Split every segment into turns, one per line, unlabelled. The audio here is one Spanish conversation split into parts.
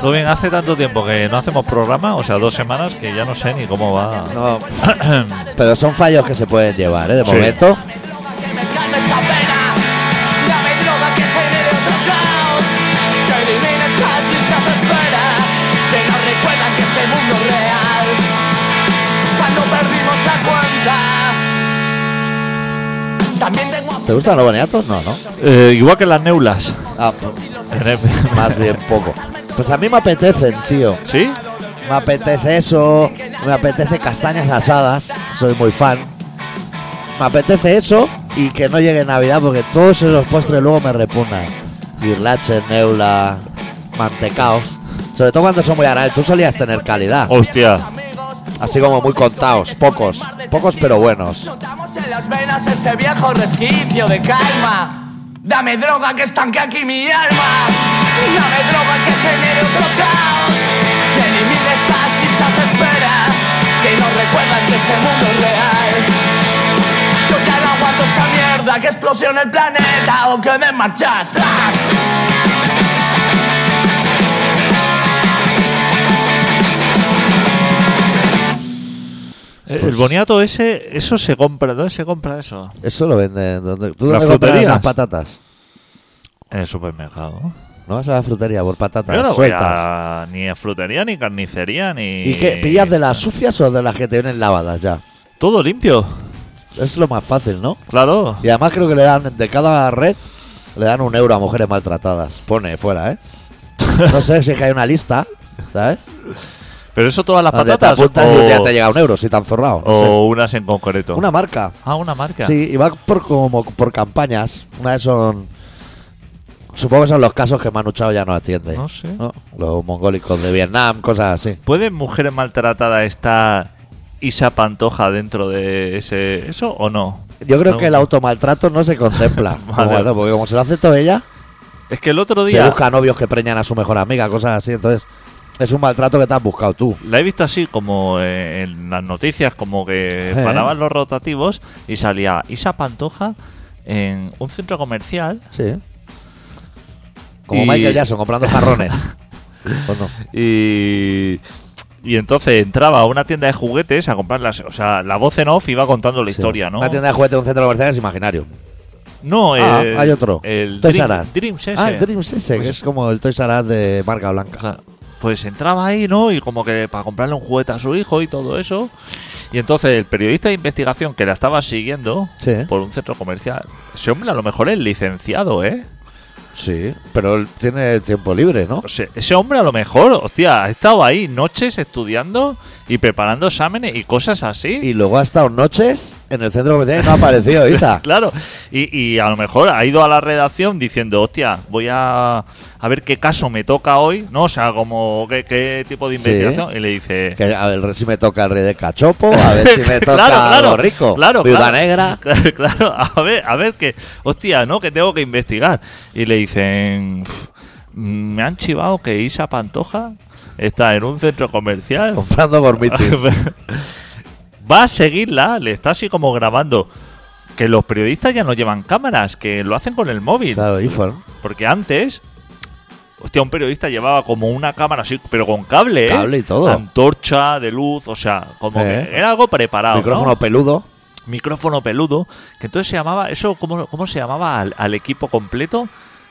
Todo bien, hace tanto tiempo que no hacemos programa, o sea, dos semanas que ya no sé ni cómo va.
No, pero son fallos que se pueden llevar, ¿eh? De
Sí.
momento.
No me droga que me calme esta pena. No me droga que genere otro caos. Que elimine estas listas de espera. Que nos recuerdan que este mundo es real. Cuando perdimos la cuenta. También tengo
¿Te gustan los boniatos? No, ¿no?
Eh, igual que las neulas.
Ah, es más bien poco. Pues a mí me apetecen, tío.
¿Sí?
Me apetece eso, me apetece castañas asadas, soy muy fan. Me apetece eso y que no llegue Navidad porque todos esos postres luego me repugnan. Birlache, neula, mantecaos. Sobre todo cuando son muy arañas. Tú solías tener calidad,
Hostia.
amigos.
así como muy contados, pocos, pocos pero buenos.
Notamos en las venas este viejo resquicio de calma. Dame droga que estanque aquí mi alma. Dame droga que genere otro caos. Que elimine estas listas de espera. Que nos recuerdan que este mundo es real. Yo ya no aguanto esta mierda que explosione el planeta o que me marcha atrás.
Eh,
Pues-
El boniato ese, eso se compra, ¿dónde se compra eso?
Eso lo venden. ¿dónde- ¿Tú
Las
dónde compras
fruterías.
las patatas?
En el supermercado.
No vas a la frutería por patatas
Yo no voy
sueltas.
a ni a frutería, ni carnicería, ni...
¿Y qué? ¿Pillas de las sucias o de las que te vienen lavadas ya?
Todo limpio,
Es lo más fácil, ¿no?
claro.
Y además creo que le dan, de cada red, le dan un euro a mujeres maltratadas. Pone fuera, ¿eh? No sé si es que hay una lista, ¿sabes?
Pero eso todas las
Donde
patatas
Ah, te apuntas y un día
o,
te llega un euro si tan zorrado. no sé.
o unas en concreto.
Una marca.
Ah, una marca.
Sí, y va por, como por campañas. Una vez son... Supongo que son los casos que Manu Chao ya no atiende.
No sé.
¿no? Los mongólicos de Vietnam, cosas así.
¿Puede mujer maltratada estar Isa Pantoja dentro de ese eso o no?
Yo creo
No.
que el automaltrato no se contempla.
Vale.
Como- porque como se lo hace todo ella...
Es que el otro
Se
día
busca novios que preñan a su mejor amiga, cosas así. Entonces, es un maltrato que te has buscado tú.
la he visto así como eh, en las noticias, como que
Sí.
paraban los rotativos y salía Isa Pantoja en un centro comercial
Sí. Como
Y-
Michael Jackson comprando jarrones. ¿O Pues no?
y y entonces entraba a una tienda de juguetes a comprar las, o sea, la voz en off iba contando la
Sí.
historia, ¿no?
Una tienda de juguetes de un centro comercial es imaginario.
No,
ah,
el-
hay otro.
El
Toys
Dream-
R Us.
Dreams ese.
Ah, el Dreams ese, que
Pues-
es como el Toys R Us de marca
O
blanca.
sea, pues entraba ahí, ¿no? Y como que para comprarle un juguete a su hijo y todo eso. Y entonces el periodista de investigación que la estaba siguiendo
Sí.
por un centro comercial, ese hombre a lo mejor es licenciado, ¿eh?
Sí, pero él tiene tiempo libre, ¿no?
O sea, ese hombre a lo mejor, hostia, ha estado ahí noches estudiando y preparando exámenes y cosas así.
Y luego ha estado noches en el centro comercial y no ha aparecido Isa.
Claro, y, y a lo mejor ha ido a la redacción diciendo, hostia, voy a, a ver qué caso me toca hoy, ¿no? O sea, como qué, qué tipo de
Sí.
investigación. Y le dice,
Que a ver si me toca el rey de cachopo, a ver si me toca algo rico.
Claro,
Viuda
claro.
negra.
Claro, claro. A ver, a ver que. Hostia, no, que tengo que investigar. Y le dicen. "Pf, Me han chivado que Isa Pantoja está en un centro comercial.
Comprando gormitis.
Va a seguirla, le está así como grabando. Que los periodistas ya no llevan cámaras, que lo hacen con el móvil.
Claro, iPhone.
Porque antes, hostia, un periodista llevaba como una cámara así, pero con cable, ¿eh?
Cable y todo.
Antorcha de luz, o sea, como
Eh.
que era algo preparado. ¿no?
Micrófono peludo.
micrófono peludo, que entonces se llamaba, eso ¿cómo, cómo se llamaba al, al equipo completo?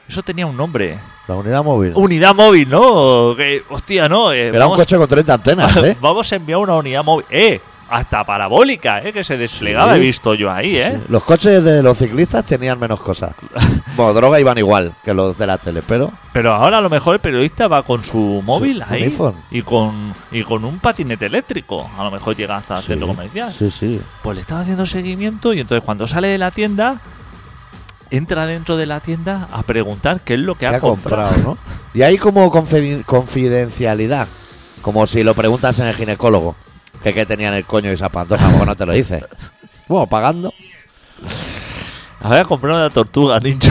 Eso tenía un nombre.
La unidad móvil.
Unidad móvil, ¿no? Que, hostia, no. eh,
Era un coche con 30 antenas, ¿eh?
vamos a enviar una unidad móvil. ¡Eh! Hasta parabólica, ¿eh? Que se desplegaba,
Sí.
he visto yo ahí, ¿eh?
Sí. Los coches de los ciclistas tenían menos cosas. bueno, droga iban igual que los de la tele, pero
Pero ahora a lo mejor el periodista va con su móvil
un
ahí.
iPhone.
Y con, y con un patinete eléctrico. A lo mejor llega hasta el
Sí.
centro comercial.
Sí, sí.
Pues le estaba haciendo seguimiento y entonces cuando sale de la tienda, entra dentro de la tienda a preguntar qué es lo que
¿Qué
ha,
ha comprado, no? Y hay como confi- confidencialidad. Como si lo preguntas en el ginecólogo. Que qué tenía en el coño y esa pantoja, porque no te lo dice. Bueno, pagando.
Había comprado una tortuga ninja.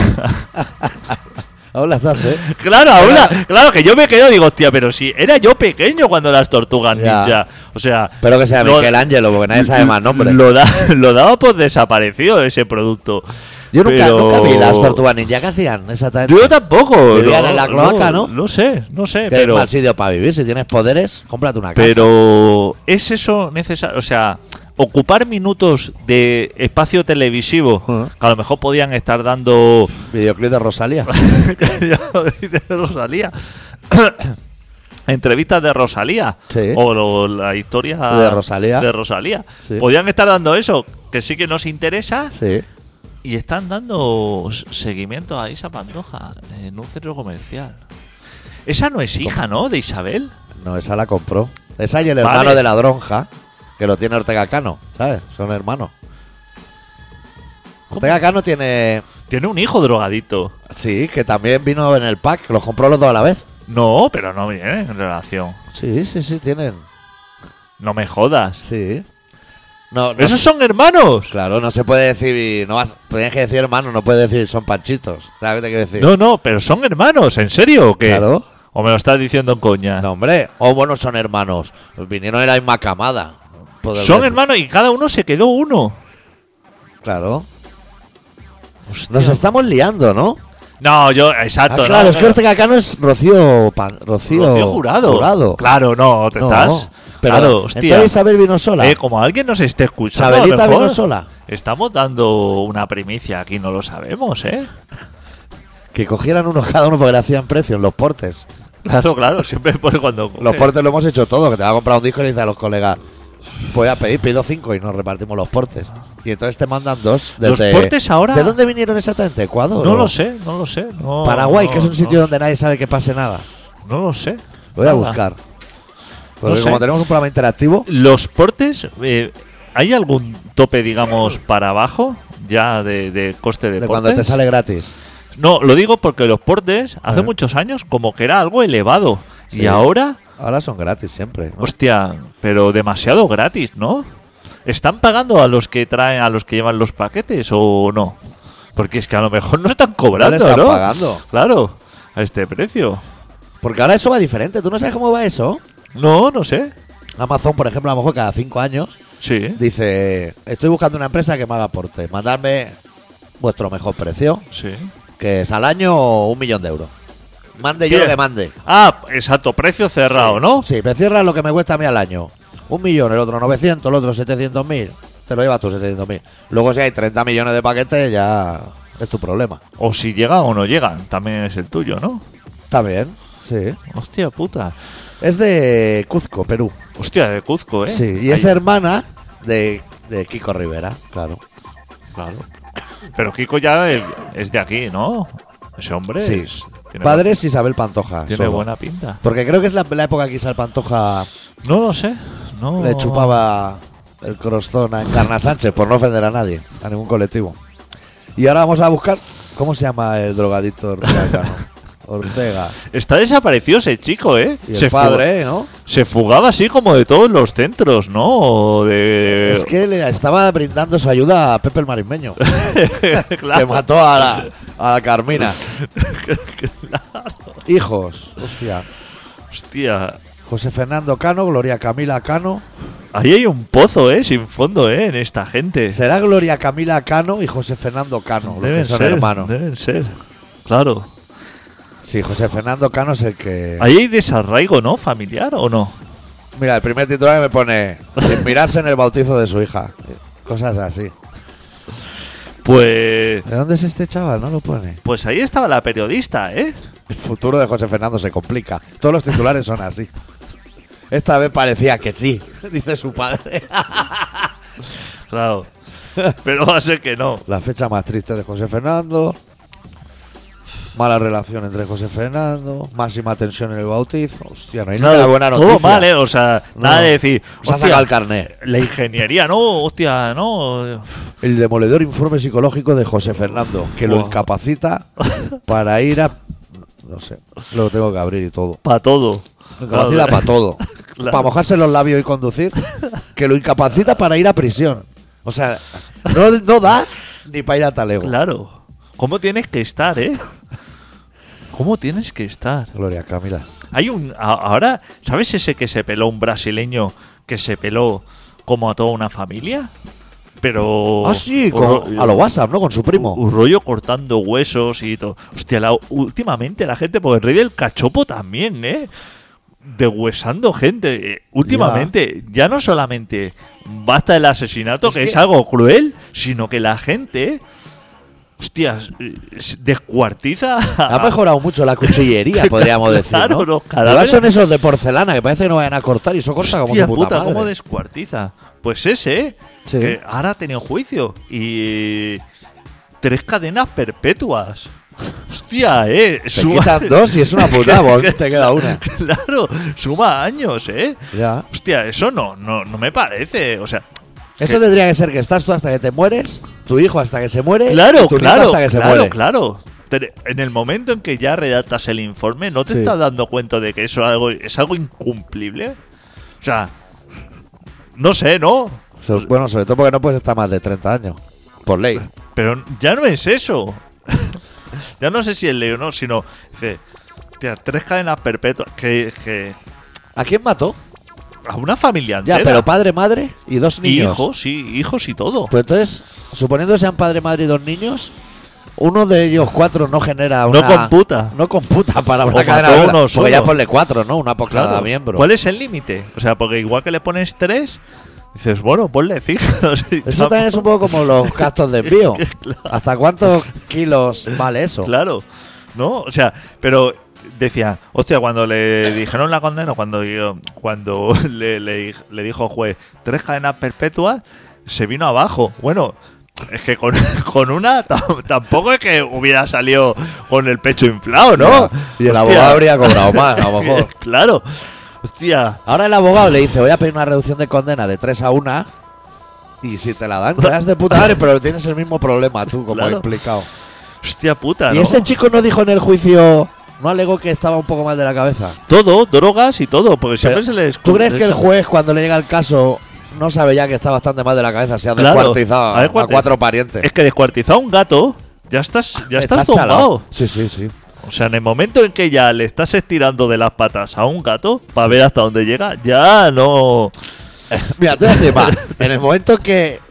Aún las hace. ¿eh?
claro, aún la- claro que yo me quedo digo, hostia, pero si era yo pequeño cuando las tortugas
Ya.
ninja. O sea.
Espero que sea
lo-
Michelangelo, porque nadie sabe más nombres.
Lo, da- lo daba por desaparecido ese producto.
Yo nunca,
Pero-
nunca vi las tortugas ninja que hacían exactamente.
Yo tampoco.
Vivían en la cloaca, ¿no?
No sé, no sé,
Que
pero.
es mal sitio para vivir. Si tienes poderes, cómprate una casa.
Pero ¿es eso necesario? O sea, ocupar minutos de espacio televisivo,
Ujú.
que a lo mejor podían estar dando...
Videoclip de Rosalía.
Ya lo dice Rosalía. Entrevistas de Rosalía.
Sí.
O lo- la historia
De Rosalía.
de Rosalía.
Sí.
Podían estar dando eso, que sí que nos interesa.
Sí.
Y están dando s- seguimiento a Isa Pantoja en un centro comercial. Esa no es hija, ¿no? De Isabel.
No, esa la compró. Esa y el
Vale.
hermano de la dronja, que lo tiene Ortega Cano, ¿sabes? Son hermanos.
¿Cómo?
Ortega Cano tiene.
Tiene un hijo drogadito.
Sí, que también vino en el pack, que los compró los dos a la vez.
No, pero no viene en relación.
Sí, sí, sí, tienen.
No me jodas.
Sí. No, no-
¿Esos son hermanos?
Claro, no se puede decir. No vas, tienes que decir hermano, no puedes decir son panchitos. ¿Sabes qué te quiero decir?
No, no, pero son hermanos, ¿en serio o qué?
Claro.
¿O me lo estás diciendo en coña?
No, hombre. O bueno, son hermanos. Vinieron en la misma camada. Podemos
Son
decir.
hermanos y cada uno se quedó uno.
Claro. Nos estamos liando, ¿no?
No, yo,
Ah,
exacto.
claro,
no,
es que
no.
Ortega Cano es Rocío, Pan- Rocío,
Rocío jurado.
Jurado.
Claro, no, te
No,
estás.
pero
claro, hostia.
Entonces Isabel vino sola.
Eh, como alguien nos esté escuchando, a lo
Isabelita
mejor
vino sola.
Estamos dando una primicia aquí, no lo sabemos, ¿eh?
Que cogieran uno cada uno porque le hacían precios, los portes.
Claro, claro, siempre por cuando.
Los portes lo hemos hecho todo, que te va a comprar un disco y le dices a los colegas, voy a pedir, pido cinco y nos repartimos los portes. Y entonces te mandan dos.
Los
desde-
portes ahora-
¿De dónde vinieron exactamente? ¿Ecuador?
No
o
lo sé, no lo sé. no,
Paraguay,
no,
que es un
no,
sitio donde nadie sabe que pase nada.
No, lo sé.
Lo voy a
Nada.
buscar. Porque
sé.
como tenemos un programa interactivo,
Los portes, eh, ¿hay algún tope, digamos, para abajo? Ya de, de coste de,
de cuando te
portes?
sale gratis.
No, lo digo porque los portes hace
Eh.
muchos años como que era algo elevado.
Sí.
Y ahora,
Ahora son gratis siempre. ¿no?
hostia, pero demasiado gratis, ¿no? ¿Están pagando a los que traen, a los que llevan los paquetes o no? Porque es que a lo mejor no están cobrando,
están
¿no?
pagando.
Claro, a este precio.
Porque ahora eso va diferente. ¿Tú no sabes cómo va eso?
No, no sé.
Amazon, por ejemplo, a lo mejor cada cinco años
Sí,
dice: Estoy buscando una empresa que me haga aporte. Mandadme vuestro mejor precio,
sí.
que es al año un millón de euros. Mande yo lo
Bien.
que mande.
Ah, exacto, precio cerrado, ¿no?
Sí, me cierras lo que me cuesta a mí al año. Un millón, el otro 900, el otro 700 mil. Te lo llevas tú 700 mil. Luego, si hay 30 millones de paquetes, ya es tu problema.
O si llega o no llegan, también es el tuyo, ¿no?
Está bien, sí.
Hostia puta.
Es de Cuzco, Perú.
Hostia, de Cuzco, ¿eh?
Sí, y
Ahí-
es hermana de, de Kiko Rivera, claro.
Claro. Pero Kiko ya es- es de aquí, ¿no? Ese hombre.
Sí.
es- tiene-
Padres Isabel Pantoja.
Tiene
solo.
buena pinta.
Porque creo que es la, la época que Isabel Pantoja
No lo sé. No.
le chupaba el crostón a Encarna Sánchez por no ofender a nadie, a ningún colectivo. Y ahora vamos a buscar. ¿Cómo se llama el drogadicto Ortega? Cano? Ortega.
Está desaparecido ese chico, ¿eh?
Y el
se, fu-
padre, ¿no?
se fugaba así como de todos los centros, ¿no? De...
Es que le estaba brindando su ayuda a Pepe el Marismeño, que
Claro.
mató a la, a la Carmina. Hijos, hostia.
Hostia.
José Fernando Cano, Gloria Camila Cano.
Ahí hay un pozo, ¿eh? Sin fondo, ¿eh? En esta gente.
Será Gloria Camila Cano y José Fernando Cano, los que
Deben
son
ser.
hermanos.
Deben ser. Claro.
Sí, José Fernando Cano es el que.
Ahí hay desarraigo, ¿no? Familiar o no.
Mira, el primer titular que me pone. Sin mirarse en el bautizo de su hija. Cosas así.
Pues.
¿De dónde es este chaval? No lo pone.
Pues ahí estaba la periodista, ¿eh?
El futuro de José Fernando se complica. Todos los titulares son así. Esta vez parecía que sí, dice su padre.
Claro. Pero va a ser que no.
La fecha más triste de José Fernando. Mala relación entre José Fernando. Máxima tensión en el bautizo. Hostia, no hay nada
Claro,
buena noticia.
Todo mal, ¿eh? O sea, nada
No.
de decir.
Se ha
hostia,
sacado el carnet.
La ingeniería, no, hostia, no.
El demoledor informe psicológico de José Fernando, que lo
Wow.
incapacita para ir a. No sé, lo tengo que abrir y todo.
Para todo.
Incapacita para todo.
Claro.
Para mojarse los labios y conducir, que lo incapacita para ir a prisión. O sea, no, no da ni para ir a Talego.
Claro. ¿Cómo tienes que estar, eh? ¿Cómo tienes que estar?
Gloria Camila.
Hay un. a- ahora, ¿sabes ese que se peló un brasileño que se peló como a toda una familia? Pero.
ah, sí,
un
con-
ro-
a lo WhatsApp, ¿no? Con su primo.
Un rollo cortando huesos y todo. Hostia, la- últimamente la gente, porque el rey del cachopo también, ¿eh? Dehuesando gente. Eh, Últimamente, ya no solamente basta el asesinato, que,
que-
es algo cruel, sino que la gente. Hostias, eh, se descuartiza.
ha
a-
mejorado mucho la cuchillería, podríamos decir.
ah. Claro,
¿no?
los cadáveres.
Ahora son esos de porcelana que parece que no vayan a cortar y eso corta como
Hostia
su puta,
puta,
madre.
cómo descuartiza. Pues ese, ¿eh?
Sí.
que ahora ha tenido juicio y tres cadenas perpetuas. Hostia, eh.
Te quitan dos y es una putada, porque te queda una.
Claro, suma años, eh.
Ya.
Hostia, eso no, no, no me parece. O sea,
Eso
Que-
tendría que ser que estás tú hasta que te mueres, tu hijo hasta que se muere,
claro,
tu nieto
claro,
hasta que se
claro,
muere.
claro. Te- En el momento en que ya redactas el informe, ¿no te
Sí.
estás dando cuenta de que eso es algo, es algo incumplible? O sea, no sé, ¿no?
So- Bueno, sobre todo porque no puedes estar más de 30 años, por ley.
Pero ya no es eso. ya no sé si es ley o no, sino. Dice, "Hostia, tres cadenas perpetuas. Que, que
¿A quién mató?
a una familia
Ya,
entera.
pero padre, madre y dos
y
niños.
hijos, sí, hijos y todo.
Pues entonces, suponiendo que sean padre, madre y dos niños, uno de ellos cuatro no genera una.
No computa.
No computa para una
O
cadena
mató
de-
uno
Porque
solo.
ya ponle cuatro, ¿no? Una por
Claro.
cada miembro.
¿Cuál es el límite? O sea, porque igual que le pones tres, dices, bueno, ponle cinco. sí,
Eso
tampoco-
también es un poco como los gastos de envío. ¿Hasta cuántos kilos vale eso?
Claro, ¿no? O sea, pero decía, hostia, cuando le dijeron la condena, cuando, yo- cuando le, le, le dijo juez tres cadenas perpetuas, se vino abajo. Bueno, es que con, con una tam- tampoco es que hubiera salido con el pecho inflado, ¿no?
Y el
Hostia.
abogado habría cobrado más, a lo mejor.
claro. Hostia,
Ahora el abogado le dice, voy a pedir una reducción de condena de 3 a 1 y si te la dan, te das de puta madre, pero tienes el mismo problema tú, como he
Claro.
explicado.
hostia puta,
Y
¿no?
ese chico no dijo en el juicio, no alegó que estaba un poco mal de la cabeza.
Todo, drogas y todo, porque siempre
Pero,
se les...
¿Tú crees que el juez cuando le llega el caso no sabe ya que está bastante mal de la cabeza? Se ha
Claro,
descuartizado
ha
a
descuartizado.
cuatro parientes.
Es que descuartizado un gato, ya estás, ya estás,
chalao.
tumbado.
Sí, sí, sí.
O sea, en el momento en que ya le estás estirando de las patas a un gato para ver hasta dónde llega, ya no.
Mira, te voy a decir más. En el momento que.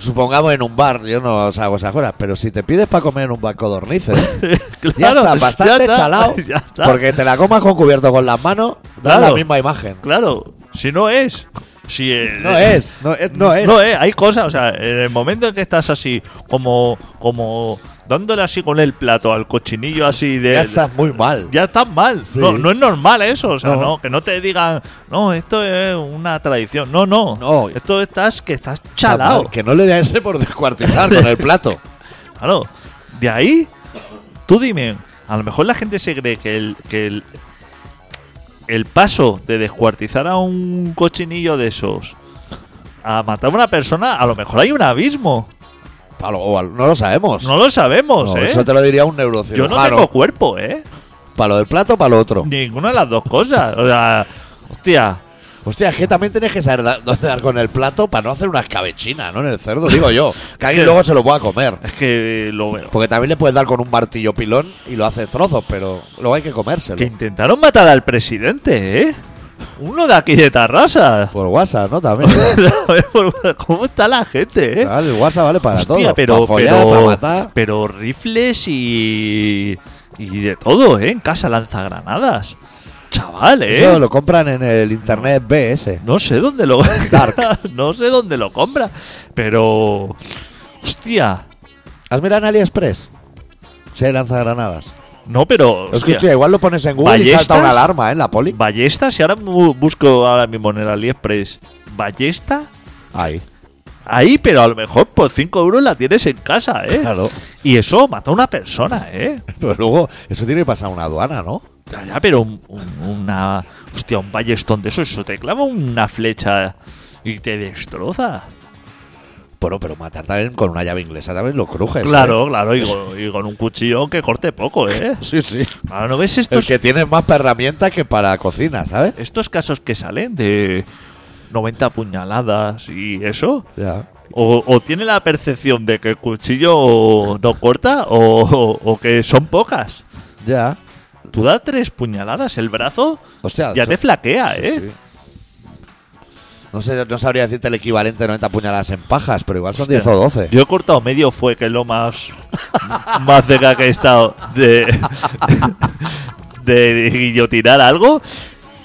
Supongamos en un bar, yo no hago esas cosas, pero si te pides para comer en un bar codornices, ya
Claro,
está, bastante
está,
chalado,
ya está.
porque te la comas con cubierto con las manos, da
Claro.
la misma imagen.
Claro, si no es. Si eh,
No es, no es, no es.
No es, hay cosas, o sea, en el momento en que estás así, como, como dándole así con el plato al cochinillo así de.
ya estás muy mal.
ya estás mal. No, no es normal eso, o sea,
No.
no. que no te digan, no, esto es una tradición. No, no.
No.
Esto estás que estás
Está mal,
chalado.
Que no le des ese por descuartizar con el plato.
Claro, de ahí, tú dime, a lo mejor la gente se cree que el, que el, el paso de descuartizar a un cochinillo de esos a matar a una persona, a lo mejor hay un abismo.
A lo- o a lo- no lo sabemos.
No lo sabemos,
No,
¿eh?
Eso te lo diría un
Yo
neurocirujano.
no tengo cuerpo, ¿eh?
Para lo del plato, para lo otro.
Ninguna de las dos cosas. O sea, hostia,
Hostia, es que también tienes que saber da- dónde dar con el plato para no hacer una escabechina, ¿no? En el cerdo, digo yo. Que alguien luego se lo pueda comer.
es que lo veo.
Porque también le puedes dar con un martillo pilón y lo haces trozos, pero luego hay que comérselo.
Que intentaron matar al presidente, ¿eh? Uno de aquí de Tarrasa.
Por WhatsApp, ¿no? También.
¿Cómo está la gente, eh?
Claro, el WhatsApp vale para
Hostia,
todo.
pero,
para follar,
pero,
para matar.
pero rifles y, y de todo, ¿eh? En casa lanzagranadas. Chaval, ¿eh?
Eso lo compran en el internet BS.
No sé dónde lo...
Dark.
no sé dónde lo compra. Pero... Hostia.
¿Has mirado en AliExpress? Si hay lanzagranadas.
No, pero...
Es que,
hostia,
hostia, igual lo pones en Google y salta
¿Ballestas?
una alarma, ¿eh? En la poli.
Ballestas, y ahora bu- busco ahora mismo en el AliExpress. Ballesta...
Ahí.
Ahí, pero a lo mejor por 5 euros la tienes en casa, ¿eh?
Claro.
Y eso mata a una persona, ¿eh?
Pero luego, eso tiene que pasar una aduana, ¿no?
Ya, ya, pero un- un- una. Hostia, un ballestón de eso, eso te clava una flecha y te destroza.
Bueno, pero matar también con una llave inglesa también lo crujes.
claro,
¿eh?
claro, y con, y con un cuchillo que corte poco, ¿eh?
Sí, sí.
Ahora no ves
El
estos,
que tiene más herramientas que para cocina, ¿sabes?
estos casos que salen de 90 puñaladas y eso.
Ya.
o, o tiene la percepción de que el cuchillo no corta o, o- o que son pocas.
Ya.
Tú das tres puñaladas, el brazo
Hostia.
ya
eso-
te flaquea,
sí,
¿eh?
sí. No, sé, no sabría decirte el equivalente de 90 puñaladas en pajas, pero igual son 10 o 12.
Yo he cortado medio fue, que es lo más, más cerca que he estado de, de guillotinar algo.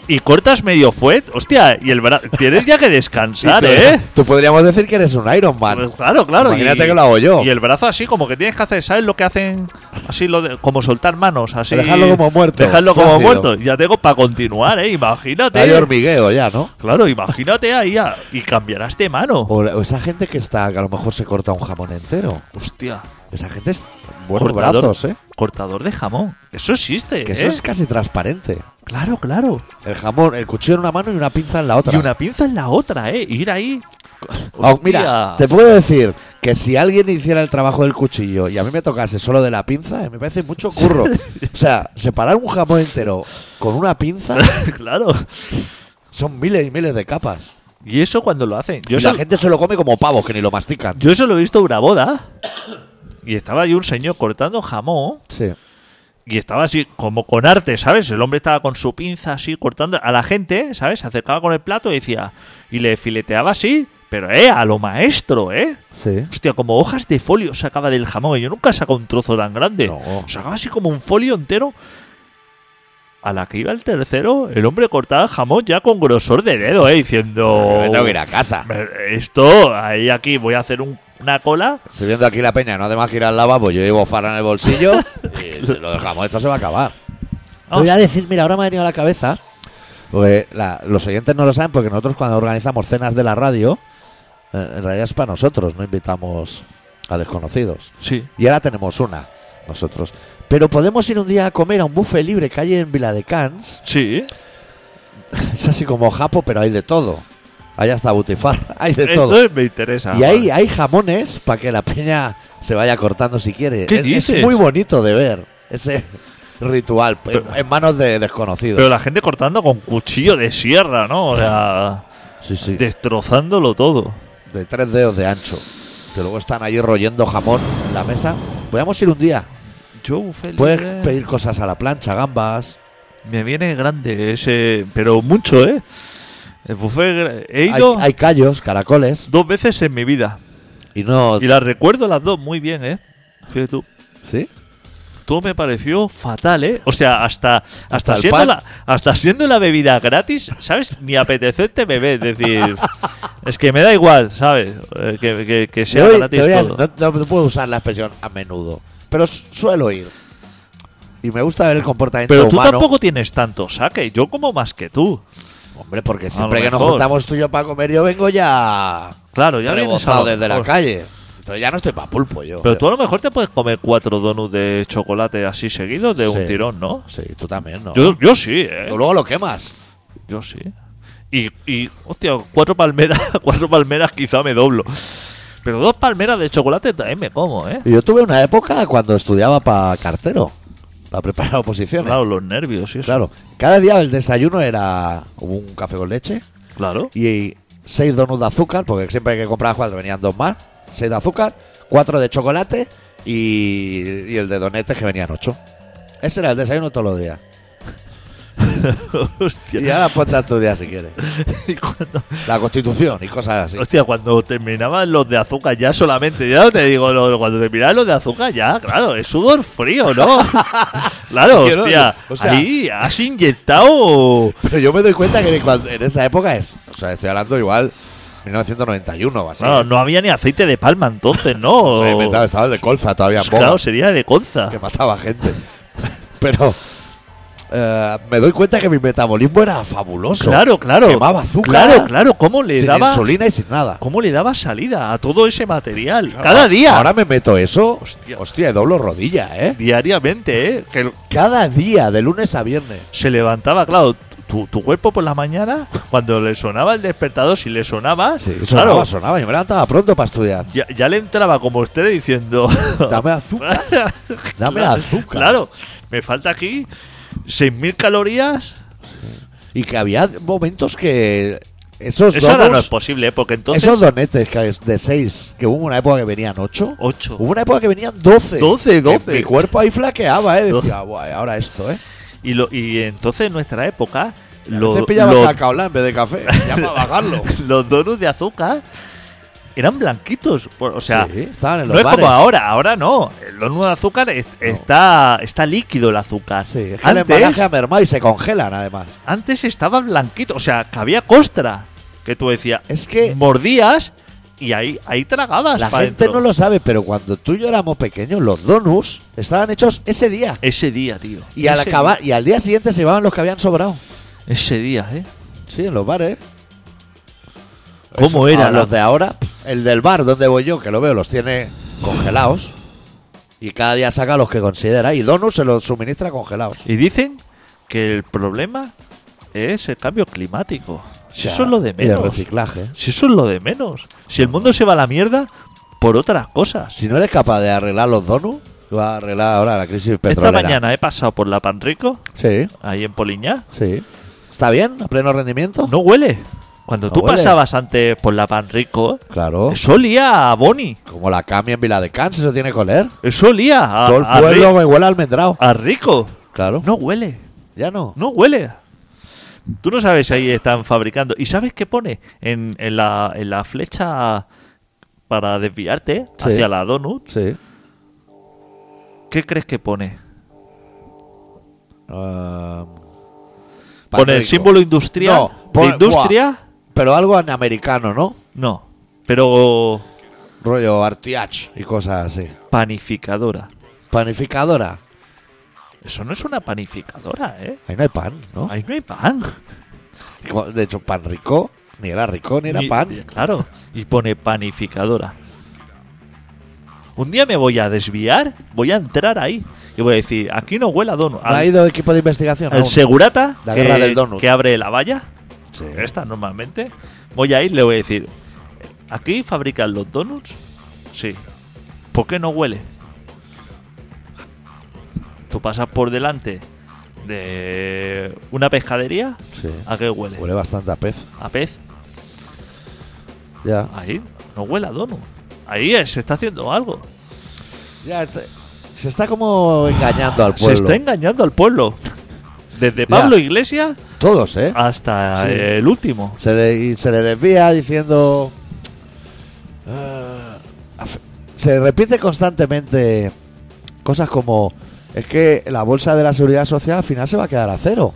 Y cortas medio fue, hostia, y el brazo. Tienes ya que descansar,
Y tú-
¿eh?
Tú podríamos decir que eres un Iron Man.
Pues claro, claro.
Imagínate
y-
que lo hago yo.
Y el brazo así, como que tienes que hacer, ¿sabes lo que hacen? Así, lo de- como soltar manos, así.
Dejarlo como muerto,
Dejarlo como
flácido.
muerto. Ya tengo para continuar, ¿eh? Imagínate.
Hay hormigueo ya, ¿no?
Claro, imagínate ahí. a- y cambiarás de mano.
O, o esa gente que está, que a lo mejor se corta un jamón entero.
Hostia.
Esa gente es buenos
cortador,
brazos, ¿eh?
Cortador de jamón. Eso existe,
Que
¿eh?
eso es casi transparente.
Claro, claro.
El jamón, el cuchillo en una mano y una pinza en la otra.
Y una pinza en la otra, ¿eh? Ir ahí.
Ah,
Hostia.
mira, te puedo decir que si alguien hiciera el trabajo del cuchillo y a mí me tocase solo de la pinza, eh, me parece mucho curro. o sea, separar un jamón entero con una pinza
claro.
son miles y miles de capas.
Y eso cuando lo hacen. Yo
y la
eso-
gente se lo come como pavos que ni lo mastican.
Yo eso lo he visto en una boda. Y estaba ahí un señor cortando jamón.
Sí.
Y estaba así, como con arte, ¿sabes? El hombre estaba con su pinza así, cortando a la gente, ¿sabes? Se acercaba con el plato y decía. Y le fileteaba así. Pero, eh, a lo maestro, ¿eh?
Sí.
Hostia, como hojas de folio sacaba del jamón. Yo nunca he sacado un trozo tan grande.
No.
Sacaba así como un folio entero. A la que iba el tercero, el hombre cortaba el jamón ya con grosor de dedo, ¿eh? Diciendo...
Me tengo Ah, que ir a casa.
Esto, ahí aquí voy a hacer un- una cola.
Estoy viendo aquí la peña, no además que ir al lavabo, yo llevo farra en el bolsillo y lo dejamos, esto se va a acabar. Te voy a decir, mira, ahora me ha venido a la cabeza, porque la- los oyentes no lo saben porque nosotros cuando organizamos cenas de la radio, eh, en realidad es para nosotros, no invitamos a desconocidos.
Sí.
Y ahora tenemos una, nosotros. Pero podemos ir un día a comer a un buffet libre que hay en Viladecans,
Sí.
es así como japo, pero hay de todo. Hay hasta butifar, hay de todo.
Eso me interesa.
Y ahí hay jamones para que la peña se vaya cortando si quiere.
¿Qué
es, es
dices?
muy bonito de ver ese ritual en-
Pero-
en, manos de desconocidos.
Pero la gente cortando con cuchillo de sierra, ¿no? O sea,
sí, sí. De,
destrozándolo todo.
tres dedos de ancho. Que luego están ahí royendo jamón en la mesa. Podríamos ir un día.
Yo, buffet
Puedes
libre,
pedir cosas a la plancha, gambas.
Me viene grande ese... Pero mucho, ¿eh? El buffet... eh, He
Hay,
ido...
hay callos, caracoles.
dos veces en mi vida.
Y no.
Y las recuerdo las dos muy bien, ¿eh? Fíjate tú.
¿Sí?
Todo me pareció fatal, ¿eh? O sea, hasta, hasta,
el
siendo,
pan.
la, hasta siendo la bebida gratis, ¿sabes? Ni apetecerte bebé. Es decir, es que me da igual, ¿sabes? Eh, Que, que- que sea
Te voy-
gratis
te voy a-
todo.
no, no puedo usar la expresión a menudo. Pero su- suelo ir. Y me gusta ver el comportamiento
Pero tú
humano.
tampoco tienes tanto saque. Yo como más que tú.
Hombre, porque
lo
siempre que nos
mejor.
juntamos tú y yo para comer, yo vengo ya.
Claro, ya vienes a
rebozado
lo
desde la
mejor.
calle. Entonces ya no estoy para pulpo yo.
Pero tú a lo mejor te puedes comer cuatro donuts de chocolate así seguidos de un
Sí.
tirón, ¿no?
Sí, tú también, ¿no?
Yo, yo sí, ¿eh?
Tú luego lo quemas.
Yo sí. Y, y hostia, cuatro palmeras, cuatro palmeras quizá me doblo. Pero dos palmeras de chocolate también me como, ¿eh?
Y Yo tuve una época cuando estudiaba para cartero, para preparar oposiciones.
Claro, los nervios y eso.
Claro. Cada día el desayuno era un café con leche
Claro.
y seis donuts de azúcar, porque siempre que compraba cuatro venían dos más. Seis de azúcar, cuatro de chocolate y, y el de donetes que venían ocho. Ese era el desayuno todos los días.
hostia.
Y ahora ponte a estudiar si quieres.
Y cuando,
La constitución y cosas así.
hostia, cuando terminaban los de azúcar ya solamente, ya te digo, lo- cuando terminaban los de azúcar ya, claro, es sudor frío, ¿no? claro,
Yo no-
hostia.
o sea-
ahí has inyectado.
Pero yo me doy cuenta que de cuando- en esa época es. O sea, estoy hablando igual 1991 o así.
Claro, no había ni aceite de palma entonces, ¿no? pues,
Se inventaba, estaba el de colza todavía en boga,
claro, sería de conza.
que mataba gente. Pero eh, me doy cuenta que mi metabolismo era fabuloso.
Claro, claro.
Quemaba azúcar.
Claro, claro. ¿Cómo le
Sin
daba
insulina y sin nada.
¿Cómo le daba salida a todo ese material? Cada día.
Ahora me meto eso.
Hostia.
Hostia, doblo rodilla, ¿eh?
diariamente, ¿eh? Que
Cada día, de lunes a viernes.
se levantaba, claro, tu, tu cuerpo por la mañana, cuando le sonaba el despertador, si le sonaba,
Sí, sonaba,
claro,
sonaba. Yo me levantaba pronto para estudiar.
ya, ya le entraba como usted diciendo...
Dame azúcar. Dame
Claro,
azúcar.
Claro, me falta aquí 6.000 calorías.
Y que había momentos que Esos
Eso ahora no es
donos,
posible, ¿eh? porque entonces.
esos donetes que es de 6, que hubo una época que venían 8.
Ocho.
Hubo una época que venían 12.
12, 12.
Mi cuerpo ahí flaqueaba, ¿eh? Decía, guay, ahora esto, ¿eh?
Y, lo, y entonces en nuestra época.
Lo,
Lo,
Se pillaba
lo-
cacao ¿eh? en vez de café. Ya para bajarlo.
los donuts de azúcar eran blanquitos. por- O sea,
Sí, estaban en los
no es como
bares.
ahora, ahora no. El donut de azúcar es- está, está líquido el azúcar.
Sí, es que el
antes,
embalaje ha mermado y se congelan además.
antes estaba blanquito, o sea, que había costra. Que tú decías,
Es que
mordías y ahí, ahí tragabas.
la
pa'
gente
dentro.
no lo sabe, pero cuando tú y yo éramos pequeños, los donuts estaban hechos ese día.
Ese día, tío.
Y al,
Ese
acabar, y al día siguiente se llevaban los que habían sobrado.
día. Ese día, ¿eh?
Sí, en los bares. Eso,
¿Cómo era
a
la-
los de ahora? El del bar donde voy yo, que lo veo, los tiene congelados. Y cada día saca los que considera. Y Donuts se los suministra congelados.
Y dicen que el problema es el cambio climático. Si
O sea,
eso es lo de
Y el
menos.
reciclaje.
Si eso es lo de menos. Si el mundo se va a la mierda por otras cosas.
Si no eres capaz de arreglar los donuts, va a arreglar ahora la crisis
Esta
petrolera.
mañana he pasado por la Panrico,
Sí,
ahí en Poliñá.
sí. ¿Está bien? ¿A pleno rendimiento?
No huele. Cuando
No
tú
huele.
pasabas antes por la Panrico,
Claro.
eso olía a Boni.
Como la Cami en Vila de Cans, eso tiene que oler.
Eso olía a,
Todo el
a
pueblo
ri-
me huele a almendrado.
a rico.
Claro.
ah, No huele.
Ya no.
No huele. Tú no sabes si ahí están fabricando. ¿Y sabes qué pone? En, en la, en la flecha para desviarte
Sí.
hacia la Donut.
Sí.
¿Qué crees que pone?
Ah, pan
¿Pone el
rico.
símbolo industrial?
No,
¿De
pone-
industria?
Pero algo en americano, ¿no?
No. Pero
Rollo artiach y cosas así.
panificadora.
Panificadora.
Eso no es una panificadora, ¿eh?
Ahí no hay pan, ¿no?
Ahí no hay pan.
De hecho, pan rico. Ni era rico, ni era
Ni-
pan.
Claro. Y pone panificadora. Un día me voy a desviar, voy a entrar ahí y voy a decir, aquí no huela dono.
No ha ido equipo de investigación.
El
aún.
segurata
La
que,
guerra del donut.
que abre la valla,
Sí.
esta normalmente, voy a ir le voy a decir, ¿aquí fabrican los donuts? Sí. ¿Por qué no huele? Tú pasas por delante de una pescadería,
Sí.
¿a qué huele?
Huele bastante a pez.
A pez.
Ya.
Ahí no huele a donut. Ahí es, se está haciendo algo.
Ya, este- se está como engañando al
Se
pueblo.
está engañando al pueblo. Desde Pablo Iglesias
Todos, ¿eh?
hasta
Sí.
el último.
Se le, y se le desvía diciendo. eh, af- se repite constantemente cosas como. Es que la bolsa de la seguridad social al final se va a quedar a cero.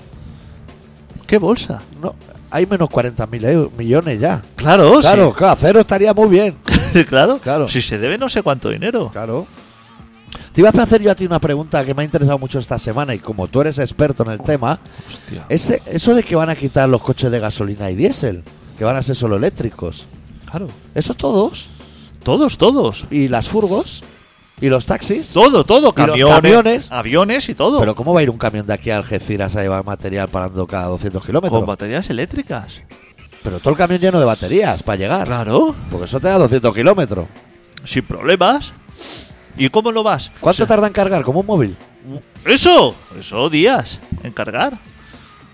¿Qué bolsa?
No, hay menos 40.000 eu- millones ya.
Claro, sí.
claro, claro, a cero estaría muy bien.
claro,
Claro.
Si se debe no sé cuánto dinero.
Claro. Te iba a hacer yo a ti una pregunta que me ha interesado mucho esta semana y como tú eres experto en el tema,
Hostia.
ese, eso de que van a quitar los coches de gasolina y diésel, que van a ser solo eléctricos,
Claro.
eso todos,
Todos, todos.
y las furgos, y los taxis.
Todo, todo.
Y los
Camiones,
camiones.
aviones y todo.
Pero ¿cómo va a ir un camión de aquí a Algeciras a llevar material parando cada 200
con
kilómetros?
baterías eléctricas.
Pero todo el camión lleno de baterías para llegar.
Claro.
Porque eso te da 200 kilómetros.
Sin problemas. ¿Y cómo lo vas?
¿Cuánto
O sea,
tarda en cargar? ¿Como un móvil?
Eso. Eso días. En cargar.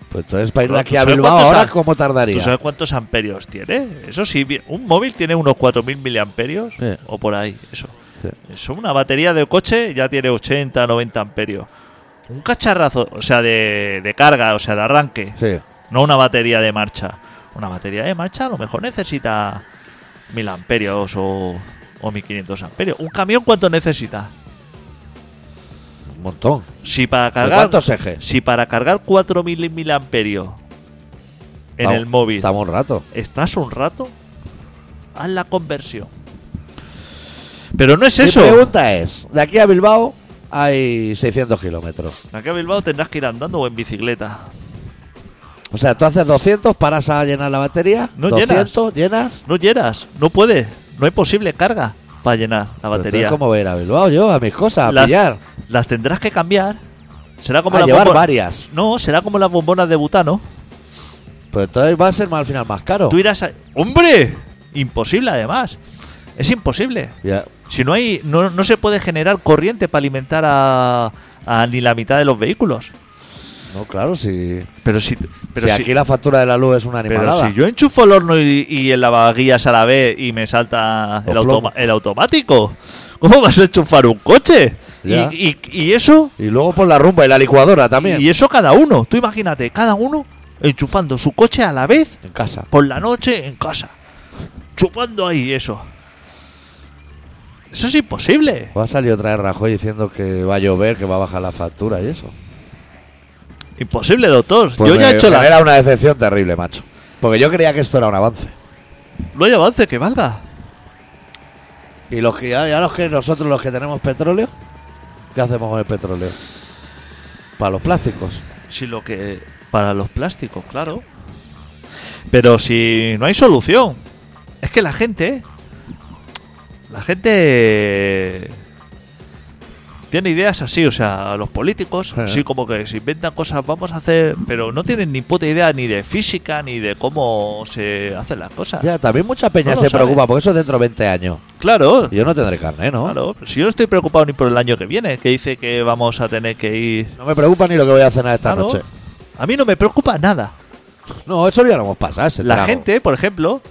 Pues entonces para ir de
Pero
aquí
¿tú
a
sabes
Bilbao
cuántos
ahora,
am-
¿cómo tardaría?
¿Tú sabes cuántos amperios tiene? Eso sí. bien, Un móvil tiene unos 4.000 miliamperios.
Sí.
O por ahí. Eso.
Sí.
Eso, una batería de coche ya tiene 80, 90 amperios. Un cacharrazo, o sea, de, de carga, o sea, de arranque.
Sí.
No una batería de marcha. Una batería de marcha a lo mejor necesita 1000 amperios o, o 1500 amperios. ¿Un camión cuánto necesita?
Un montón.
Si para
¿De
cargar,
¿Cuántos ejes?
si para cargar 4000 miliamperios en
Estamos-
el móvil
Estamos un rato.
estás un rato, haz la conversión. Pero no es
Mi
eso.
pregunta es, de aquí a Bilbao hay 600 kilómetros.
Aquí a Bilbao tendrás que ir andando o en bicicleta.
O sea, tú haces 200, paras a llenar la batería,
No
200, llenas.
No llenas, no puedes, no hay posible carga para llenar la
Pero
batería.
entonces, ¿Cómo voy a ir a Bilbao yo? A mis cosas, a
las,
pillar.
las tendrás que cambiar. Será como
A
las
llevar
bombo-
varias.
No, será como las bombonas de butano.
Pero entonces va a ser más, al final más caro.
Tú irás a... ¡Hombre! Imposible además. Es imposible.
Ya.
Si no hay. No, no se puede generar corriente para alimentar a, a ni la mitad de los vehículos.
No, claro, si,
Pero si, pero
si
si-
aquí la factura de la luz es una
pero
animalada.
si yo enchufo el horno y, y el lavaguías a la vez y me salta el,
Los
automa-
plomos.
el automático, ¿cómo vas a enchufar un coche? Y,
Ya.
y- y eso
Y luego por la rumba y la licuadora también.
y eso cada uno. Tú imagínate, cada uno enchufando su coche a la vez
En casa.
por la noche en casa. Chupando ahí eso. Eso es imposible.
Va a salir otra vez Rajoy diciendo que va a llover, que va a bajar la factura y eso.
Imposible, doctor.
Pues
yo ya he
me
hecho la...
genera una decepción terrible, macho. Porque yo creía que esto era un avance.
No hay avance que valga.
Y los que ya, ya los que nosotros los que tenemos petróleo, ¿qué hacemos con el petróleo? Para los plásticos.
Si lo que... Para los plásticos, claro. Pero si no hay solución. Es que la gente... La gente... Tiene ideas así, o sea, los políticos,
Sí.
así como que se inventan cosas, vamos a hacer, pero no tienen ni puta idea ni de física, ni de cómo se hacen las cosas.
Ya, también mucha peña
No lo
se
sabe.
preocupa, porque eso es dentro de 20 años.
Claro,
Y Yo no tendré carné, ¿no?
claro. Si yo no estoy preocupado ni por el año que viene, que dice que vamos a tener que ir
No me preocupa ni lo que voy a cenar esta
Claro.
noche.
A mí no me preocupa nada.
No, eso ya lo hemos pasado. ese
la
trago.
gente, por ejemplo,